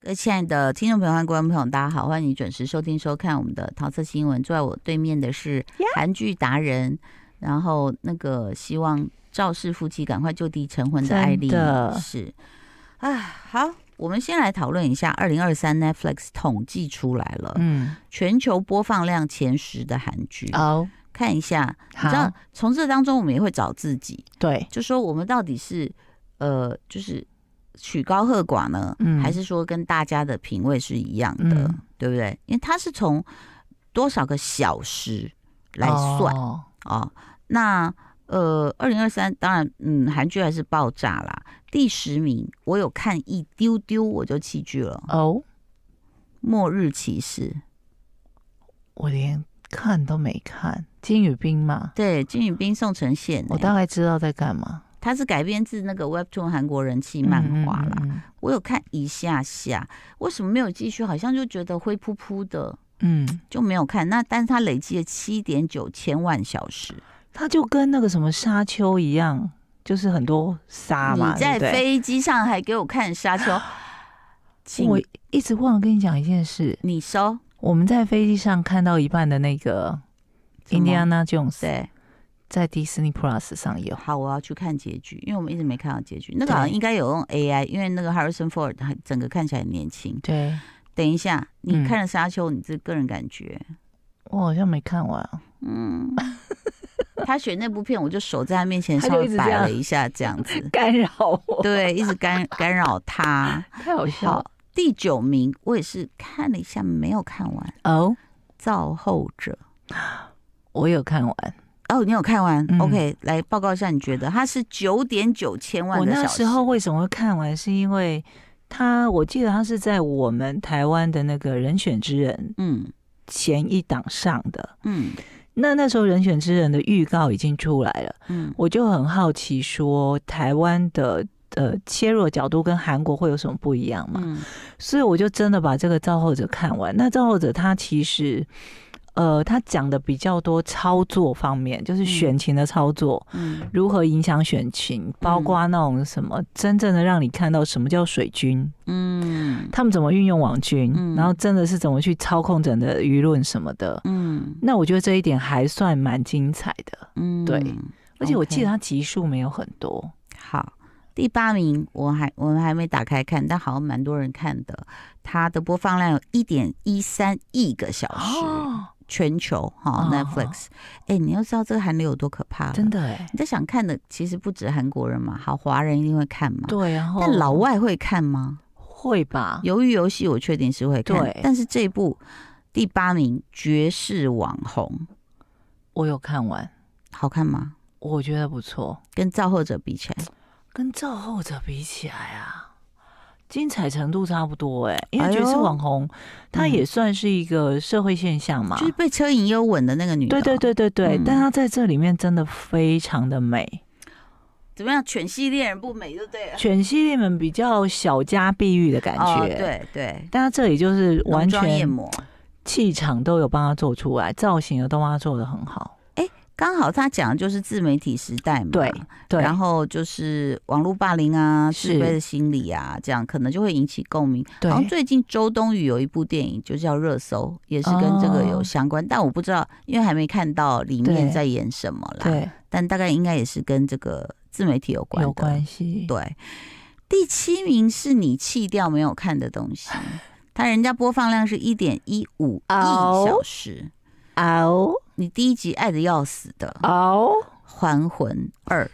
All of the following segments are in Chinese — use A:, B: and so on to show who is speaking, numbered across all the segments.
A: 各位亲爱的听众朋友和观众朋友，大家好，欢迎你准时收听收看我们的桃色新闻。坐在我对面的是韩剧达人然后那个希望赵氏夫妻赶快就地成婚的艾丽
B: 真的
A: 是。啊，好，我们先来讨论一下二零二三 Netflix 统计出来了、
B: 嗯，
A: 全球播放量前十的韩剧，
B: 哦，
A: 看一下。你知道
B: 好，，
A: 从这当中我们也会找自己，
B: 对，
A: 就说我们到底是呃，就是曲高和寡呢，
B: 嗯
A: 还是说跟大家的品味是一样的，
B: 嗯
A: 对不对？因为它是从多少个小时来算
B: 哦，
A: 哦那呃，二零二三当然，嗯，韩剧还是爆炸啦。第十名，我有看一丢丢我就弃剧了，
B: 哦，
A: 《末日骑士》
B: 我连看都没看《金宇彬》嘛，
A: 对金宇彬、宋承宪、
B: 我大概知道在干嘛。
A: 它是改编自那个 Webtoon 韩国人气漫画啦。
B: 嗯，嗯
A: 我有看一下下，为什么没有继续？好像就觉得灰扑扑的，
B: 嗯嗯，
A: 就没有看。那但是它累积了七点九千万小时，
B: 它就跟那个什么沙丘一样，就是很多沙嘛，
A: 你在
B: 对不对
A: 飞机上还给我看沙丘， 请
B: 我一直忘了跟你讲一件事，
A: 你收
B: 我们在飞机上看到一半的那个
A: 什么
B: Indiana Jones
A: 对，
B: 在 Disney Plus 上有，
A: 好，我要去看结局，因为我们一直没看到结局。那个
B: 对
A: 好像应该有用 AI，因为那个 Harrison Ford 他整个看起来很年轻。
B: 对
A: 等一下，你
B: 嗯
A: 看了沙丘，你这个人感觉，
B: 我好像没看完啊，
A: 嗯，他选那部片，我就手在他面前
B: 他
A: 稍
B: 就一
A: 微
B: 直
A: 摆
B: 这样
A: 了一下，这样子。
B: 干扰我，
A: 对，一直干干扰他。
B: 太好笑了
A: 好，第九名我也是看了一下，没有看完
B: 哦。
A: 《造后者
B: 我有看完，》。
A: 哦，你有看完、
B: 嗯
A: o k 来报告一下，你觉得它是九点九千万
B: 我
A: 的
B: 那
A: 小
B: 时
A: 时
B: 候为什么会看完，是因为他，我记得他是在我们台湾的那个人选之人
A: 嗯
B: 前一档上的。
A: 嗯
B: 那那时候人选之人的预告已经出来了，
A: 嗯
B: 我就很好奇说台湾的。呃，切入的角度跟韩国会有什么不一样嘛？
A: 嗯
B: 所以我就真的把这个《造后者》看完。那《造后者》他其实，呃，他讲的比较多操作方面，就是
A: 嗯
B: 选情的操作，
A: 嗯
B: 如何影响选情，包括那种什么真正的让你看到什么叫水军，
A: 嗯
B: 他们怎么运用网军，
A: 嗯
B: 然后真的是怎么去操控整个舆论什么的。
A: 嗯
B: 那我觉得这一点还算蛮精彩的，
A: 嗯，
B: 对而且我记得
A: OK，
B: 它集数没有很多。
A: 好。第八名，我还我们还没打开看，但好像蛮多人看的。它的播放量有一点一三亿个小时，
B: 哦，
A: 全球哈、
B: 哦
A: Netflix。哎、你要知道这个韩流有多可怕了，
B: 真的哎，
A: 你在想看的其实不止韩国人嘛，好，华人一定会看嘛。
B: 对啊，
A: 但老外会看吗？
B: 会吧？
A: 鱿鱼游戏我确定是会看，
B: 对
A: 但是这一部第八名《绝世网红》
B: 我有看完，
A: 好看吗？
B: 我觉得不错，
A: 跟《造后者》比起来，
B: 跟《造后者》比起来啊，精彩程度差不多哎，因为
A: 哎呦
B: 爵士网红，它
A: 嗯
B: 也算是一个社会现象嘛，
A: 就是被车银优吻的那个女的，
B: 对对，对对对，
A: 嗯
B: 但她在这里面真的非常的美。
A: 怎么样？全系恋人不美就对了，
B: 犬系列们比较小家碧玉的感觉，
A: 哦，。对对，
B: 但她这里就是完
A: 浓妆艳
B: 全
A: 抹。
B: 气场都有帮她做出来，造型也都帮她做的很好。
A: 刚好他讲的就是自媒体时代嘛，
B: 对对，
A: 然后就是网络霸凌啊、自
B: 是
A: 卑的心理啊，这样可能就会引起共鸣。
B: 对
A: 好像最近周冬雨有一部电影就叫《热搜》，也是跟这个有相关，但我不知道，因为还没看到里面
B: 哦对
A: 在演什么啦。
B: 对
A: 但大概应该也是跟这个自媒体有关的。
B: 有关系。
A: 对，第七名是你弃掉没有看的东 西，它人家播放量是一点一五亿
B: 哦
A: 小时。
B: 嗷
A: 你第一集爱的要死的
B: 哦
A: 《
B: 嗷，
A: 还魂二》，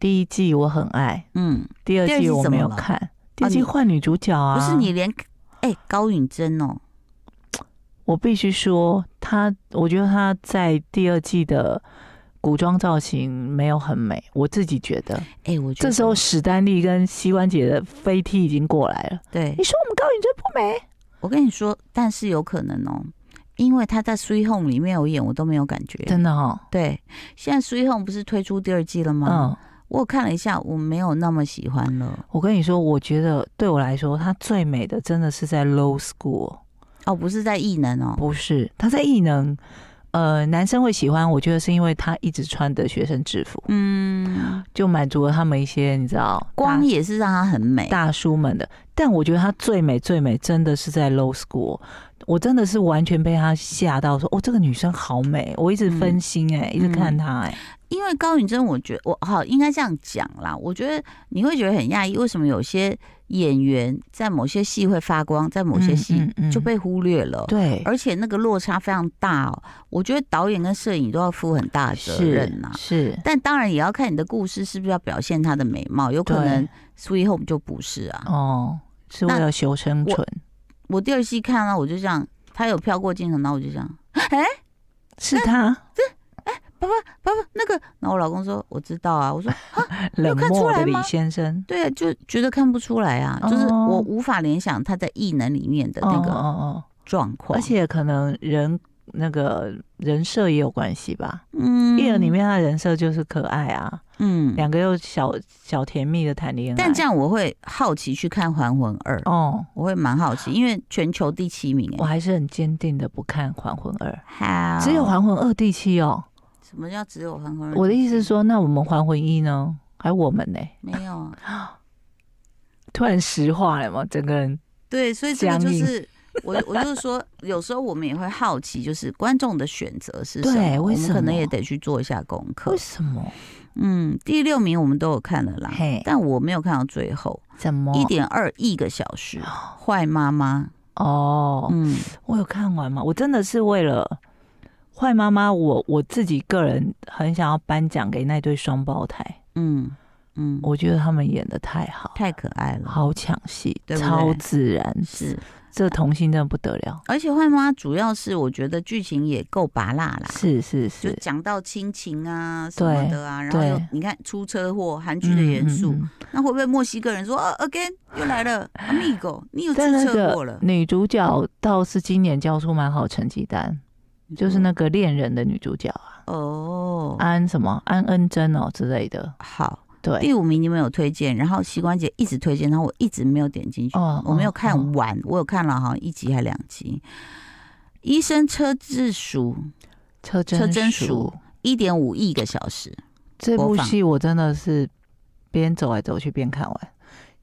B: 第一季我很爱，
A: 嗯，
B: 第二
A: 第二季
B: 季我没有
A: 怎么了
B: 看，第二
A: 哦
B: 季
A: 你
B: 换女主角啊。
A: 不是你，连哎、高允贞哦，
B: 我必须说，她，我觉得她在第二季的古装造型没有很美，我自己觉得。
A: 哎、我觉得
B: 这时候史丹利跟膝关节的飞踢已经过来了。
A: 对
B: 你，说我们高允贞不美？
A: 我跟你说，但是有可能哦，因为他在《Sweet Home》里面有演，我都没有感觉。
B: 真的哦，
A: 对，现在《Sweet Home》不是推出第二季了吗？
B: 嗯，
A: 我有看了一下，我没有那么喜欢了。
B: 我跟你说，我觉得对我来说，她最美的真的是在 Low School，
A: 哦，不是在异能哦，
B: 不是她在异能。呃，男生会喜欢，我觉得是因为他一直穿的学生制服，
A: 嗯，
B: 就满足了他们一些你知道
A: 光
B: 大
A: 也是让她很美，
B: 大叔们的。但我觉得他最美最美真的是在 Low School，我真的是完全被他吓到说哦，这个女生好美，我一直分心哎、一直看她哎、
A: 因为高允贞，我觉我好应该这样讲啦。我觉得你会觉得很讶异，为什么有些演员在某些戏会发光，在某些戏
B: 嗯嗯嗯
A: 就被忽略了，
B: 对，
A: 而且那个落差非常大哦。我觉得导演跟摄影都要负很大的责任呐、
B: 是
A: 但当然也要看你的故事是不是要表现她的美貌，有可
B: 对
A: 能《Sweet Home》就不是啊。
B: 哦，是为
A: 那
B: 了求生
A: 我
B: 存，
A: 我第二季看了，我就这样，他有飘过镜头，然后我就这样，
B: 是他
A: 不不，呃那个，然后我老公说我知道啊，我说
B: 冷
A: 看出
B: 漠
A: 来
B: 的李
A: 吗
B: 先生。
A: 对啊，就觉得看不出来啊，就是
B: 哦
A: 我无法联想他在异能里面的那
B: 哦
A: 个
B: 哦
A: 状况，
B: 而且可能人那个人设也有关系吧。
A: 嗯
B: 艺人里面他的人设就是可爱啊，
A: 嗯，
B: 两个又小小甜蜜的谈恋爱。
A: 但这样我会好奇去看《还魂二》，
B: 哦，
A: 我会蛮好奇，因为全球第七名
B: 我
A: 哎、
B: 还是很坚定的不看《还魂二》，
A: 好嗯
B: 只有《还魂二》第七哦。
A: 什么叫只有还魂二？
B: 我的意思是说，那我们《还魂一》呢？还有我们呢？
A: 没有啊，
B: 突然石化了嘛，整个人
A: 对，所以这个就
B: 僵硬
A: 是。我我就是说，有时候我们也会好奇，就是观众的选择是什
B: 对
A: 么，
B: 为
A: 我们
B: 什
A: 可能
B: 么
A: 也得去做一下功课
B: 为。什么？
A: 嗯，第六名我们都有看了啦，
B: 嘿，哦
A: 但我没有看到最后。
B: 怎么
A: 一点二亿个小时，坏妈妈，
B: 哦？
A: 嗯，
B: 我有看完吗？我真的是为了《坏妈妈》我，我自己个人很想要颁奖给那对双胞胎，
A: 嗯嗯，
B: 我觉得他们演的太好，
A: 太可爱了，
B: 好抢戏，
A: 对不对
B: 超自然，
A: 是，
B: 这童星真的不得了，
A: 而且坏妈妈主要是我觉得剧情也够拔辣啦，
B: 是是，
A: 就是讲到亲情啊什么的啊，然后
B: 对
A: 又你看出车祸，韩剧的元素，
B: 嗯嗯嗯
A: 那会不会墨西哥人说呃 again 又来了 amigo，你又出
B: 嗯但那
A: 车祸了
B: 个？女主角倒是今年交出蛮好成绩单，就是
A: 嗯
B: 那个恋人的女主角啊，
A: 哦，
B: 安什么安恩珍哦之类的，
A: 好。
B: 对，
A: 第五名你们有推荐，然后膝关节一直推荐，然后我一直没有点进去，
B: 哦
A: 我没有
B: 哦哦
A: 看完，我有看了好像一集还两集。医生车志淑
B: 车真
A: 车真
B: 淑
A: 淑一点五亿个小时，
B: 这
A: 播
B: 部
A: 放
B: 戏我真的是边走来走去边看完，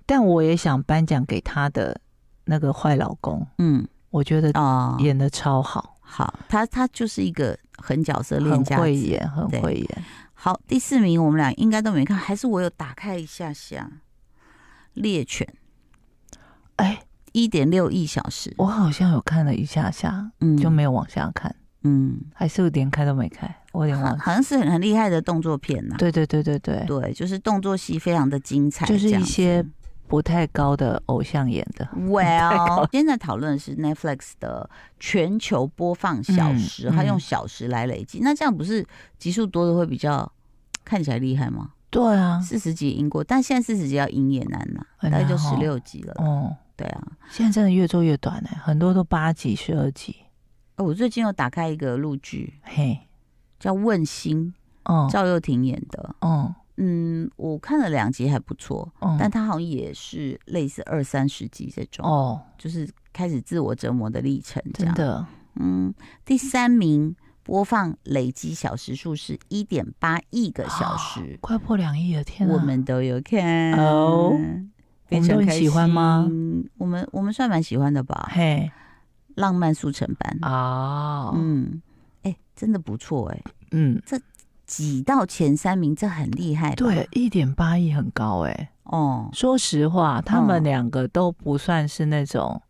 B: 但我也想颁奖给她的那个坏老公，
A: 嗯
B: 我觉得
A: 哦，
B: 演的超好，
A: 好，他他就是一个很角色恋
B: 很
A: 家
B: 会
A: 子。
B: 演，很
A: 对
B: 会演。
A: 好，第四名我们俩应该都没看，还是我有打开一下下。猎犬
B: 哎，
A: 一点六亿小时，
B: 我好像有看了一下下，
A: 嗯
B: 就没有往下看，
A: 嗯，
B: 还是连开都没开，我有点忘
A: 好
B: 记。
A: 好像是很很厉害的动作片呐、
B: 对对对 对对，
A: 对，就是动作戏非常的精彩，
B: 就是
A: 这样
B: 一
A: 子
B: 些不太高的偶像演的。高
A: Well，
B: 了
A: 今天在讨论的是 Netflix 的全球播放小时，
B: 嗯
A: 它用
B: 嗯
A: 小时来累积，那这样不是集数多的会比较看起来厉害吗？
B: 对啊，
A: 四十集赢过，但现在四十集要赢也难呐、
B: 很
A: 大概就
B: 难
A: 十
B: 哦
A: 六集了。
B: 哦，
A: 对啊，
B: 现在真的越做越短呢、欸很多都八集、十二集。
A: 呃我最近有打开一个录剧，
B: 嘿，
A: 叫《问心
B: 哦》，，
A: 赵又廷演的。
B: 哦，
A: 嗯，我看了两集还不错，
B: 哦，
A: 但它好像也是类似二三十集这种，
B: 哦，
A: 就是开始自我折磨的历程这
B: 真
A: 样。
B: 的，，
A: 嗯，第三名播放累积小时数是一点八亿个小时
B: 快破两亿了，天啊！
A: 我们都有看
B: 哦
A: 非
B: 我们都
A: 常
B: 很
A: 开
B: 喜欢吗
A: 心？我们我们算蛮喜欢的吧，
B: 嘿
A: 浪漫速成班。
B: 啊，
A: 嗯，哎、真的不错哎、
B: 嗯，
A: 挤到前三名，这很厉害吧。
B: 对，一点八亿很高哎、
A: 哦，
B: 说实话，他们
A: 嗯
B: 两个都不算是那种、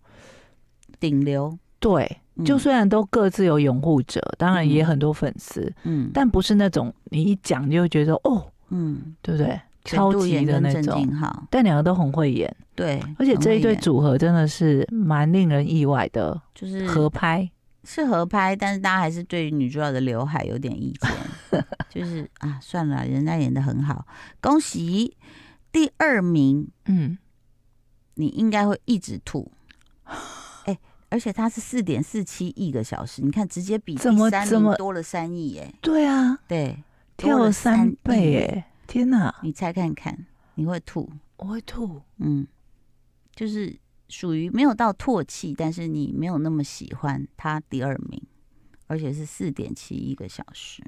A: 顶流。
B: 对，就
A: 嗯
B: 虽然都各自有拥护者，当然也
A: 嗯
B: 很多粉丝，
A: 嗯，
B: 但不是那种你一讲就会觉得哦，
A: 嗯，
B: 对不对？
A: 全
B: 超
A: 度妍
B: 级的
A: 跟
B: 那
A: 郑
B: 种。
A: 敬浩，
B: 但两个都很会演，
A: 对，
B: 而且
A: 很
B: 这
A: 会
B: 一对
A: 演
B: 组合真的是蛮令人意外的
A: 就是
B: 合拍。
A: 是合拍，但是大家还是对于女主角的刘海有点意见， 就是啊，算了，人家演的很好，恭喜第二名，
B: 嗯，
A: 你应该会一直吐。哎、而且它是四点四七亿个小时，你看直接比
B: 怎
A: 第
B: 么
A: 三
B: 怎
A: 名
B: 么
A: 多了三亿哎，
B: 对啊，
A: 对，
B: 跳
A: 多
B: 了
A: 了
B: 三
A: 三亿
B: 倍哎、天哪，
A: 你猜看看，你会吐，
B: 我会吐。
A: 嗯，就是属于没有到唾弃，但是你没有那么喜欢它第二名，而而且是四点七一个小时，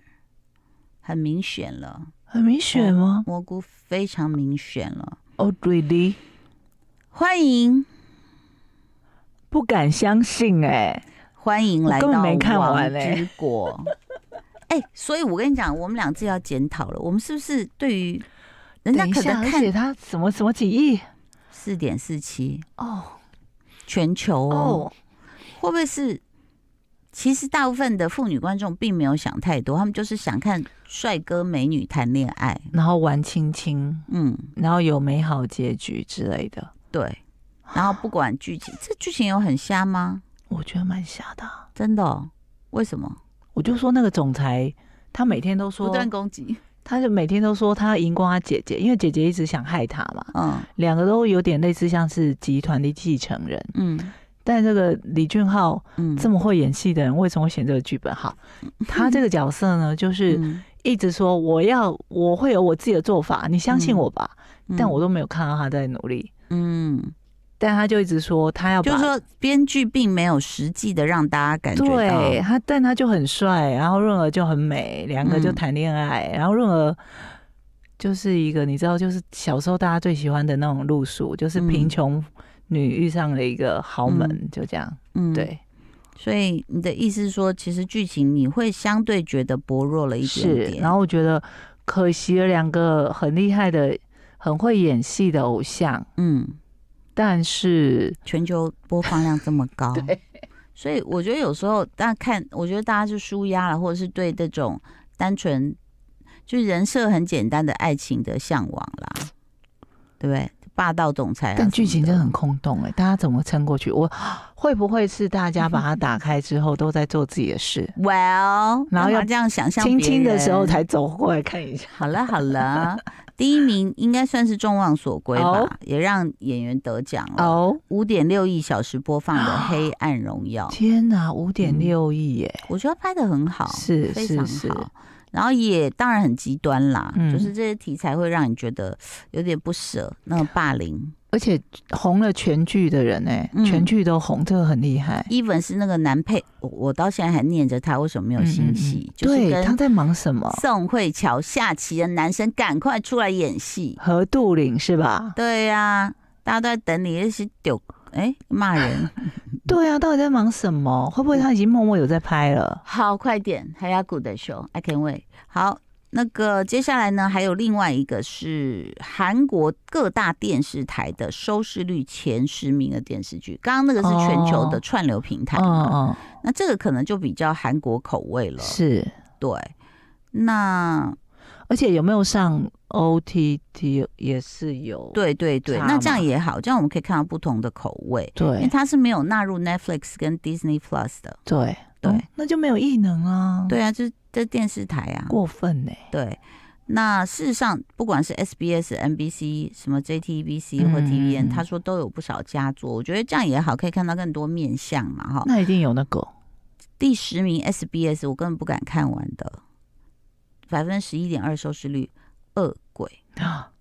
A: 很明显了。
B: 很明显吗？
A: 蘑菇非常明显了。
B: 哦、r e a l l y
A: 欢迎
B: 不敢相信哎、
A: 欢迎来
B: 我根本
A: 到
B: 没看
A: 王
B: 完欸
A: 之 国。哎、所以我跟你讲，我们俩这要检讨了。我们是不是对于人家
B: 等一
A: 可
B: 下，
A: 能
B: 而
A: 看
B: 且他什么什么几亿
A: 四点四七
B: 哦
A: 全球哦，
B: 哦，
A: 会不会是？其实大部分的妇女观众并没有想太多，他们就是想看帅哥美女谈恋爱。
B: 然后玩亲亲，
A: 嗯，
B: 然后有美好结局之类的，
A: 对。然后不管剧情，这剧情有很瞎吗？
B: 我觉得蛮瞎的啊、
A: 真的、哦？为什么？
B: 我就说那个总裁，他每天都
A: 不
B: 说，
A: 断攻击。
B: 他就每天都说他要赢光他姐姐，因为姐姐一直想害他嘛，
A: 嗯
B: 两个都有点类似像是集团的继承人。
A: 嗯
B: 但这个李俊浩
A: 嗯，
B: 这么会演戏的人，为什么会选这个剧本？好，他这个角色呢，就是
A: 嗯
B: 一直说我要我会有我自己的做法，你相信我吧。
A: 嗯
B: 但我都没有看到他在努力，
A: 嗯。
B: 但他就一直说他要把，
A: 就是说，编剧并没有实际的让大家感觉到，
B: 对他，但他就很帅，然后润儿就很美，两个就
A: 嗯
B: 谈恋爱，然后润儿就是一个你知道，就是小时候大家最喜欢的那种路数，就是
A: 嗯
B: 贫穷女遇上了一个豪门，
A: 嗯
B: 就这样。
A: 嗯，
B: 对，
A: 所以你的意思是说，其实剧情你会相对觉得薄弱了一点
B: 嗯是。
A: 点，
B: 然后我觉得可惜了两个很厉害的、很会演戏的偶像，
A: 嗯，
B: 但是
A: 全球播放量这么 高，所以我觉得有时候大家看，我觉得大家就舒压了，或者是对这种单纯就是人设很简单的爱情的向往啦，对不对？霸道总裁、啊，
B: 但剧情真的很，空洞哎、大家怎么撑过去？我会不会是大
A: 嗯
B: 家把它打开之后都在做自己的事？
A: well，
B: 然后
A: 干
B: 要
A: 嘛这样想象
B: 亲亲
A: 别
B: 的
A: 人
B: 时候才走过来看一下。
A: 好了好了，第一名应该算是众望所归吧
B: 哦
A: 也让演员得奖了。
B: 哦，
A: 五点六亿小时播放的《黑暗荣耀》，
B: 天哪，五
A: 嗯
B: 点六亿耶！
A: 我觉得拍的很好，
B: 是
A: 非
B: 是
A: 常
B: 是
A: 好。然后也当然很极端啦，
B: 嗯
A: 就是这些题材会让你觉得有点不舍，那种霸凌
B: 而且红了全剧的人哎、
A: 嗯
B: 全剧都红，这个很厉害。
A: ，even 是那个男配，我我到现在还念着他为什么没有新戏，就是
B: 嗯对，他
A: 跟
B: 在忙什么？
A: 宋慧乔下棋的男生赶快出来演戏，
B: 何杜岭是吧？
A: 对呀、大家都在等你，那些丢哎骂人。嗯
B: 对啊，到底在忙什么？会不会他已经默默有在拍了？
A: 好，快点，还要 good show。I can wait。好，那个接下来呢，还有另外一个是韩国各大电视台的收视率前十名的电视剧。刚刚那个是全球的
B: 哦
A: 串流平台
B: 嗯
A: 嘛，
B: 嗯，
A: 那这个可能就比较韩国口味了。
B: 是。
A: 对，那
B: 而且有没有上 OTT 也是有。
A: 对对对，
B: 差
A: 那这样
B: 嘛
A: 也好，这样我们可以看到不同的口味，因为
B: 对
A: 它是没有纳入 Netflix 跟 Disney Plus 的。
B: 对
A: 对
B: 哦那就没有异能啊。，
A: 对啊，就是这电视台啊，
B: 过分呢、
A: 对，那事实上，不管是 SBS、NBC、什么 JTBC 或
B: 嗯
A: TVN，、他说都有不少佳作，我觉得这样也好，可以看到更多面相嘛，哈。
B: 那一定有那个
A: 第十名 SBS 我根本不敢看完的，百分之十一点二收视率，恶鬼。
B: 啊，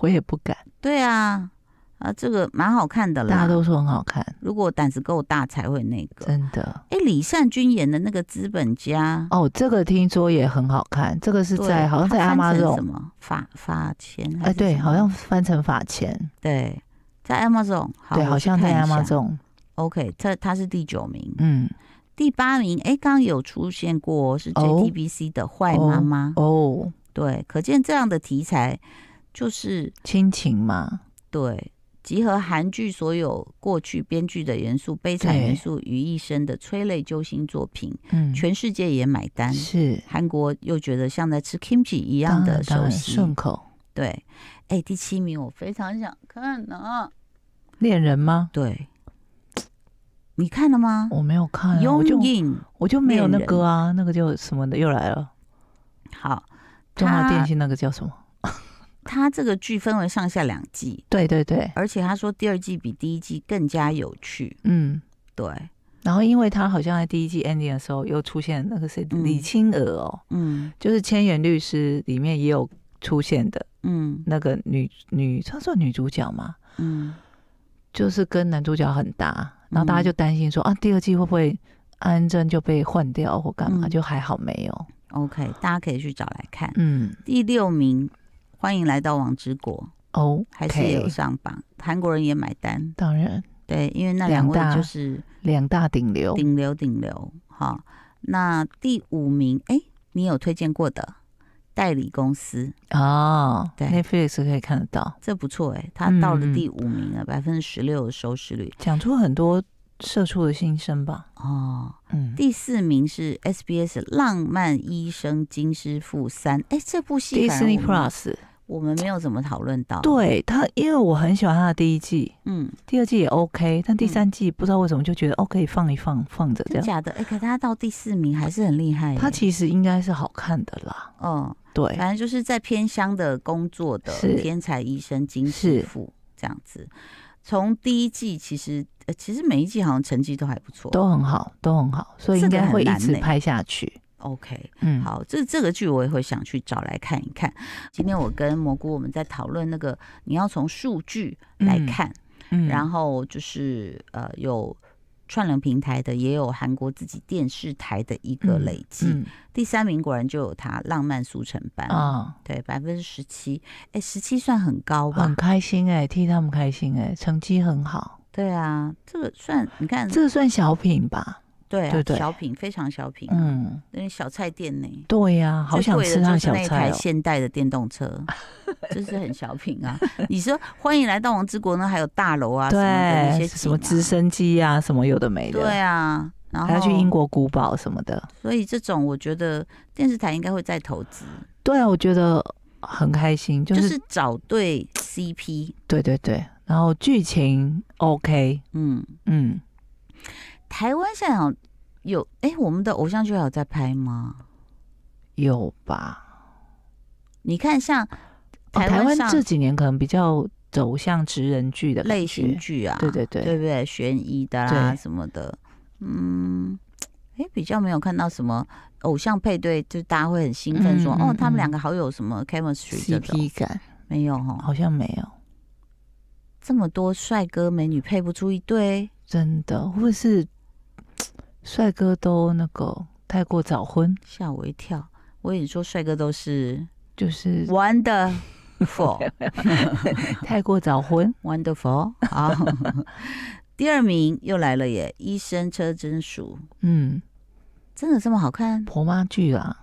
B: 我也不敢。
A: 对啊，啊，这个蛮好看的
B: 大家
A: 啦。
B: 都说很好看，
A: 如果胆子够大才会那个。
B: 真的。
A: 哎，李善均演的那个资本家，
B: 哦，这个听说也很好看，这个是
A: 对
B: 在好像在
A: 他
B: 阿妈
A: 翻成
B: 肉
A: 什，么发发钱？还
B: 哎，
A: 是
B: 对，
A: 什么
B: 好像翻成法钱，
A: 对，在 Amazon，好
B: 对，
A: 我
B: 好
A: 去
B: 像
A: 看
B: 在
A: 一
B: 阿
A: 下
B: 妈肉，
A: OK，这他是第九名，
B: 嗯，
A: 第八名，哎，刚刚有出现过哦是
B: 哦
A: JTBC 的《坏妈妈》
B: 哦，
A: 对，可见这样的题材就是
B: 亲情嘛，
A: 对集合韩剧所有过去编剧的元素、悲惨
B: 对
A: 元素于一身的催泪揪心作品，
B: 嗯，
A: 全世界也买单，
B: 是
A: 韩国又觉得像在吃 kimchi 一
B: 一
A: 样的
B: 当
A: 熟
B: 然
A: 悉，
B: 顺口
A: 对，哎，第七名我非常想看啊呢、
B: 恋人吗？
A: 对，你看了吗？
B: 我没有看啊，我就
A: 永影
B: 我就没有那
A: 恋人
B: 个啊，那个就什么的又来了，
A: 好。
B: 中华
A: 他
B: 电信那个叫什么？
A: 他这个剧分为上下两季，
B: 对对对，
A: 而且他说第二季比第一季更加有趣。
B: 嗯。
A: 对，
B: 然后，因为他好像在第一季 ending 的时候，又出现那个谁，
A: 嗯
B: 李清娥哦，
A: 嗯
B: 就是《千元律师》里面也有出现的，
A: 嗯
B: 那个女女，她算女主角嘛，
A: 嗯
B: 就是跟男主角很搭，然后
A: 嗯
B: 大家就担心说、啊，第二季会不会安恩真就被换掉或干嘛，
A: 嗯
B: 就还好没有。
A: OK，大家可以去找来看。
B: 嗯，
A: 第六名，欢迎来到王之国，
B: 哦，
A: 还是有上榜，韩国人也买单。
B: 当然
A: 对，因为那两
B: 两
A: 位
B: 大哦
A: 就是
B: 两大顶流，
A: 顶流顶流。好，那第五名，哎，你有推荐过的代理公司，
B: 哦
A: 对
B: ，Netflix 可以看得到，
A: 这不错哎，他到了
B: 嗯
A: 第五名了，百分之十六的收视率。
B: 讲出很多社畜的心声吧。
A: 哦，
B: 嗯，
A: 第四名是 SBS《浪漫医生金师傅三》，哎，这部戏反而
B: Disney
A: 我们
B: Plus，
A: 我们没有怎么讨论到。，
B: 对它，因为我很喜欢它的第一季，
A: 嗯，
B: 第二季也 OK，但第三季不知道为什么就觉得哦可以放一放，放着这
A: 真
B: 样。
A: 假的？哎，可他到第四名还是很厉害耶。欸
B: 它其实应该是好看的啦，
A: 哦，
B: 对，
A: 反正就是在偏乡的工作的
B: 是
A: 天才医生金师傅这样子。从第一季其实，呃，其实每一季好像成绩都还不错。
B: 都很好，都很好，所以
A: 这
B: 应
A: 个
B: 该
A: 很
B: 会一
A: 难
B: 直
A: 呢
B: 拍下去。
A: OK，
B: 嗯，，
A: 好，这这个剧我也会想去找来看一看。今天我跟蘑菇我们在讨论那个，你要从数据来
B: 嗯
A: 看，
B: 嗯
A: 然后就是呃有串流平台的，也有韩国自己电视台的一个
B: 嗯
A: 累积。
B: 嗯
A: 第三名果然就有它《浪漫速成班》
B: 啊，
A: 对，百分之十七，哎，十七算很高吧？
B: 很开心哎、替他们开心哎、成绩很好，
A: 对啊，这个算你看，
B: 这个算小品吧？
A: 对啊，
B: 对对
A: 小品非常小品，嗯，
B: 嗯，
A: 因为小菜店呢。
B: 对呀、好想
A: 最贵
B: 吃
A: 的
B: 他
A: 就
B: 的
A: 是
B: 小
A: 那一
B: 菜
A: 台
B: 哦、
A: 现代的电动车， 这是很小品啊。你说欢迎来到王之国呢，还有大楼啊，什么的那些
B: 对，
A: 景啊
B: 什么直升机呀、啊什么有的没的，
A: 对啊，然后
B: 还要去英，国古堡什么的。
A: 所以这种我觉得电视台应该会再投资，
B: 对啊，我觉得很开心，就、
A: 就是是找对 CP，
B: 对对对，然后剧情 OK，
A: 嗯，
B: 嗯，
A: 台湾现在好像有哎、我们的偶像剧还有在拍吗？
B: 有吧？
A: 你看像
B: 哦台湾
A: 上
B: 这几年可能比较走向职人剧的感
A: 类型
B: 觉，
A: 剧啊，
B: 对对对
A: 对不对？悬疑的啦
B: 对
A: 什么的，嗯，哎，比较没有看到什么偶像配对，就大家会很兴奋
B: 嗯
A: 说，
B: 嗯
A: 哦，他们
B: 嗯
A: 两个好有什么 chemistry 这种，
B: CP 感
A: 没有哈、哦，
B: 好像没有。
A: 这么多帅哥美女配不出一对，
B: 真的，或者是帅哥都那个太过早婚，
A: 吓我一跳。我跟你说，帅哥都 是
B: 就是
A: wonderful
B: 太过早婚。
A: wonderful 啊。 第二名又来了耶，《医生车真淑》
B: 嗯，
A: 真的这么好看
B: 婆妈剧啦，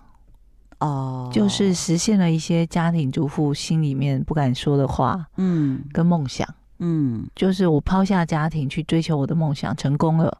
A: 哦？
B: 就是实现了一些家庭主妇心里面不敢说的话
A: 嗯
B: 跟梦想。
A: 嗯
B: 就是我抛下家庭去追求我的梦想，成功了。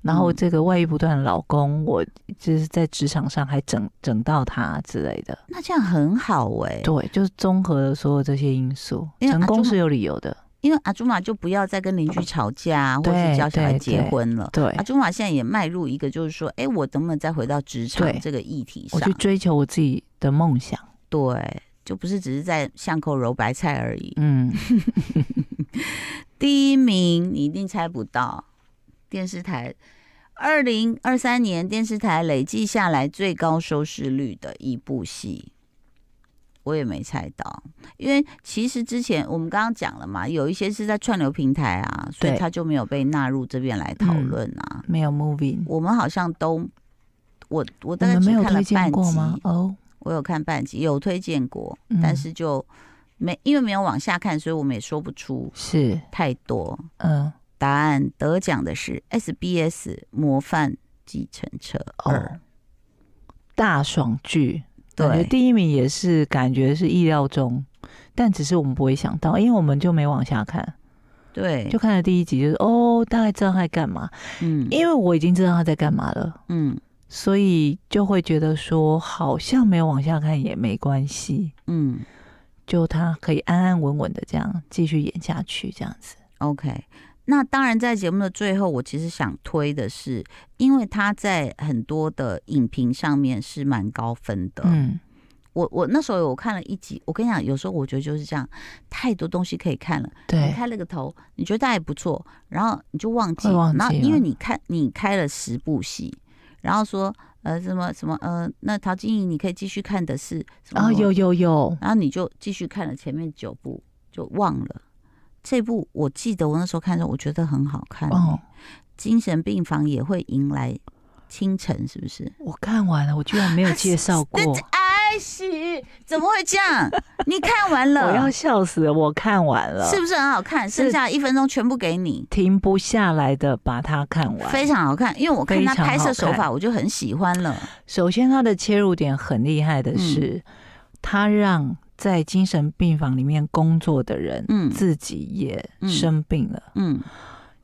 B: 然后
A: 嗯
B: 这个外遇不断的老公，我就是在职场上还整整到他之类的。
A: 那这样很好哎、
B: 对，就是综合了所有这些因素，
A: 因为
B: 成
A: 阿
B: 功
A: 朱
B: 是有理由的。
A: 因为阿朱玛就不要再跟邻居吵架，啊或是
B: 哦对
A: 叫小孩
B: 对
A: 结婚了。
B: 对
A: 阿，朱玛现在也迈入一个，就是说，哎，我能不能再回到职场
B: 对
A: 这个议题
B: 我
A: 上
B: 去？追求我自己的梦想。
A: 对，就不是只是在巷口揉白菜而已。
B: 嗯，
A: 第一名你一定猜不到，电视台二零二三年电视台累计下来最高收视率的一部戏，我也没猜到，因为其实之前我们刚刚讲了嘛，有一些是在串流平台啊，所以
B: 对嗯
A: 它就没有被纳入这边来讨论啊。
B: 没有 moving，
A: 我们好像都，我我
B: 我
A: 大概
B: 们
A: 只
B: 没有
A: 看了
B: 推
A: 半
B: 荐过吗
A: 集？，
B: 哦，
A: 我有看半集，有推荐过，
B: 嗯
A: 但是就没因为没有往下看，所以我们也说不出
B: 是，
A: 太多。
B: 嗯，
A: 答案得奖的是 SBS《模范计程车二》
B: 哦大爽剧，
A: 对
B: 感觉第一名也是感觉是意料中，但只是我们不会想到，因为我们就没往下看，
A: 对，
B: 就看了第一集，就是哦，大概知道他在干嘛，
A: 嗯
B: 因为我已经知道他在干嘛了。
A: 嗯
B: 所以就会觉得说，好像没有往下看也没关系，
A: 嗯
B: 就他可以安安稳稳的这样继续演下去，这样子。
A: ，OK。那当然，在节目的最后，我其实想推的是，因为它在很多的影评上面是蛮高分的。
B: 嗯，
A: 我我那时候我看了一集，我跟你讲，有时候我觉得就是这样，太多东西可以看了。你
B: 对，
A: 开了个头，你觉得它还不错，然后你就忘记，
B: 会忘记
A: 然后因
B: 了
A: 为你看你开了十部戏，然后说呃什么什么呃，那陶晶莹你可以继续看的是什么
B: 啊、
A: 什么
B: 有，有有，
A: 然后你就继续看了前面九部，就忘了这部。我嗯记得我那时候看的时候，我觉得很好看，
B: 哦，
A: 精神病房》也会迎来清晨是不是？
B: 我看完了，我居然没有介绍 过，
A: 哎是，怎么会这样？你看完
B: 我要
A: 了，
B: 笑死了，我看完了，
A: 是不是很好看？剩下一分钟全部给你，
B: 停不下来的把它看完。
A: 非常好看。因为我看他
B: 非常好
A: 拍
B: 看
A: 摄手法，我就很喜欢了。
B: 首先，它的切入点很厉害的是，
A: 嗯
B: 它让在精神病房里面工作的人，
A: 嗯
B: 自己也
A: 嗯
B: 生病了。
A: 嗯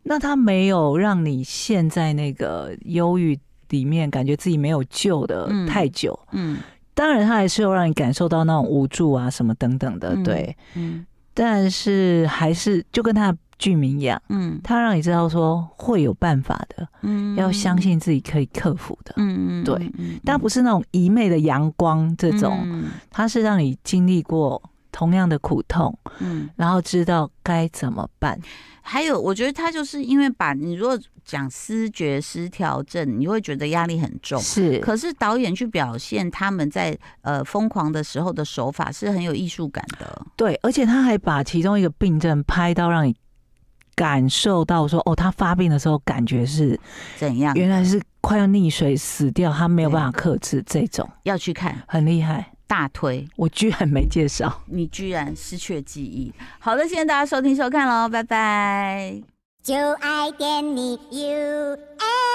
B: 那它没有让你陷在那个忧郁里面，感觉自己没有救的
A: 嗯
B: 太久。
A: 嗯
B: 当然，它还是有让你感受到那种无助啊什么等等的，
A: 嗯
B: 对。
A: 嗯
B: 但是还是就跟它的剧名一样，
A: 嗯
B: 它让你知道说会有办法的，
A: 嗯
B: 要相。信自己可以克服的。
A: 嗯嗯，
B: 对
A: 嗯，嗯
B: 但不是那种一昧的阳光这种，，
A: 嗯
B: 它是让你经历过同样的苦痛，
A: 嗯，
B: 然后知道该怎么办。
A: 还有，我觉得他就是因为把你如果讲思觉失调症，你会觉得压力很重。
B: 是，
A: 可是导演去表现他们在呃疯狂的时候的手法是很有艺术感的。
B: 对，而且他还把其中一个病症拍到，让你感受到说，哦，他发病的时候感觉是
A: 怎样？
B: 原来是快要溺水死掉，他没有
A: 对
B: 办法克制，这种
A: 要去看
B: 很厉害。
A: 大推，
B: 我居然没介绍。
A: 你居然失去了记忆。好的，谢谢大家收听收看喽，拜拜。
C: 就爱点你 UFO。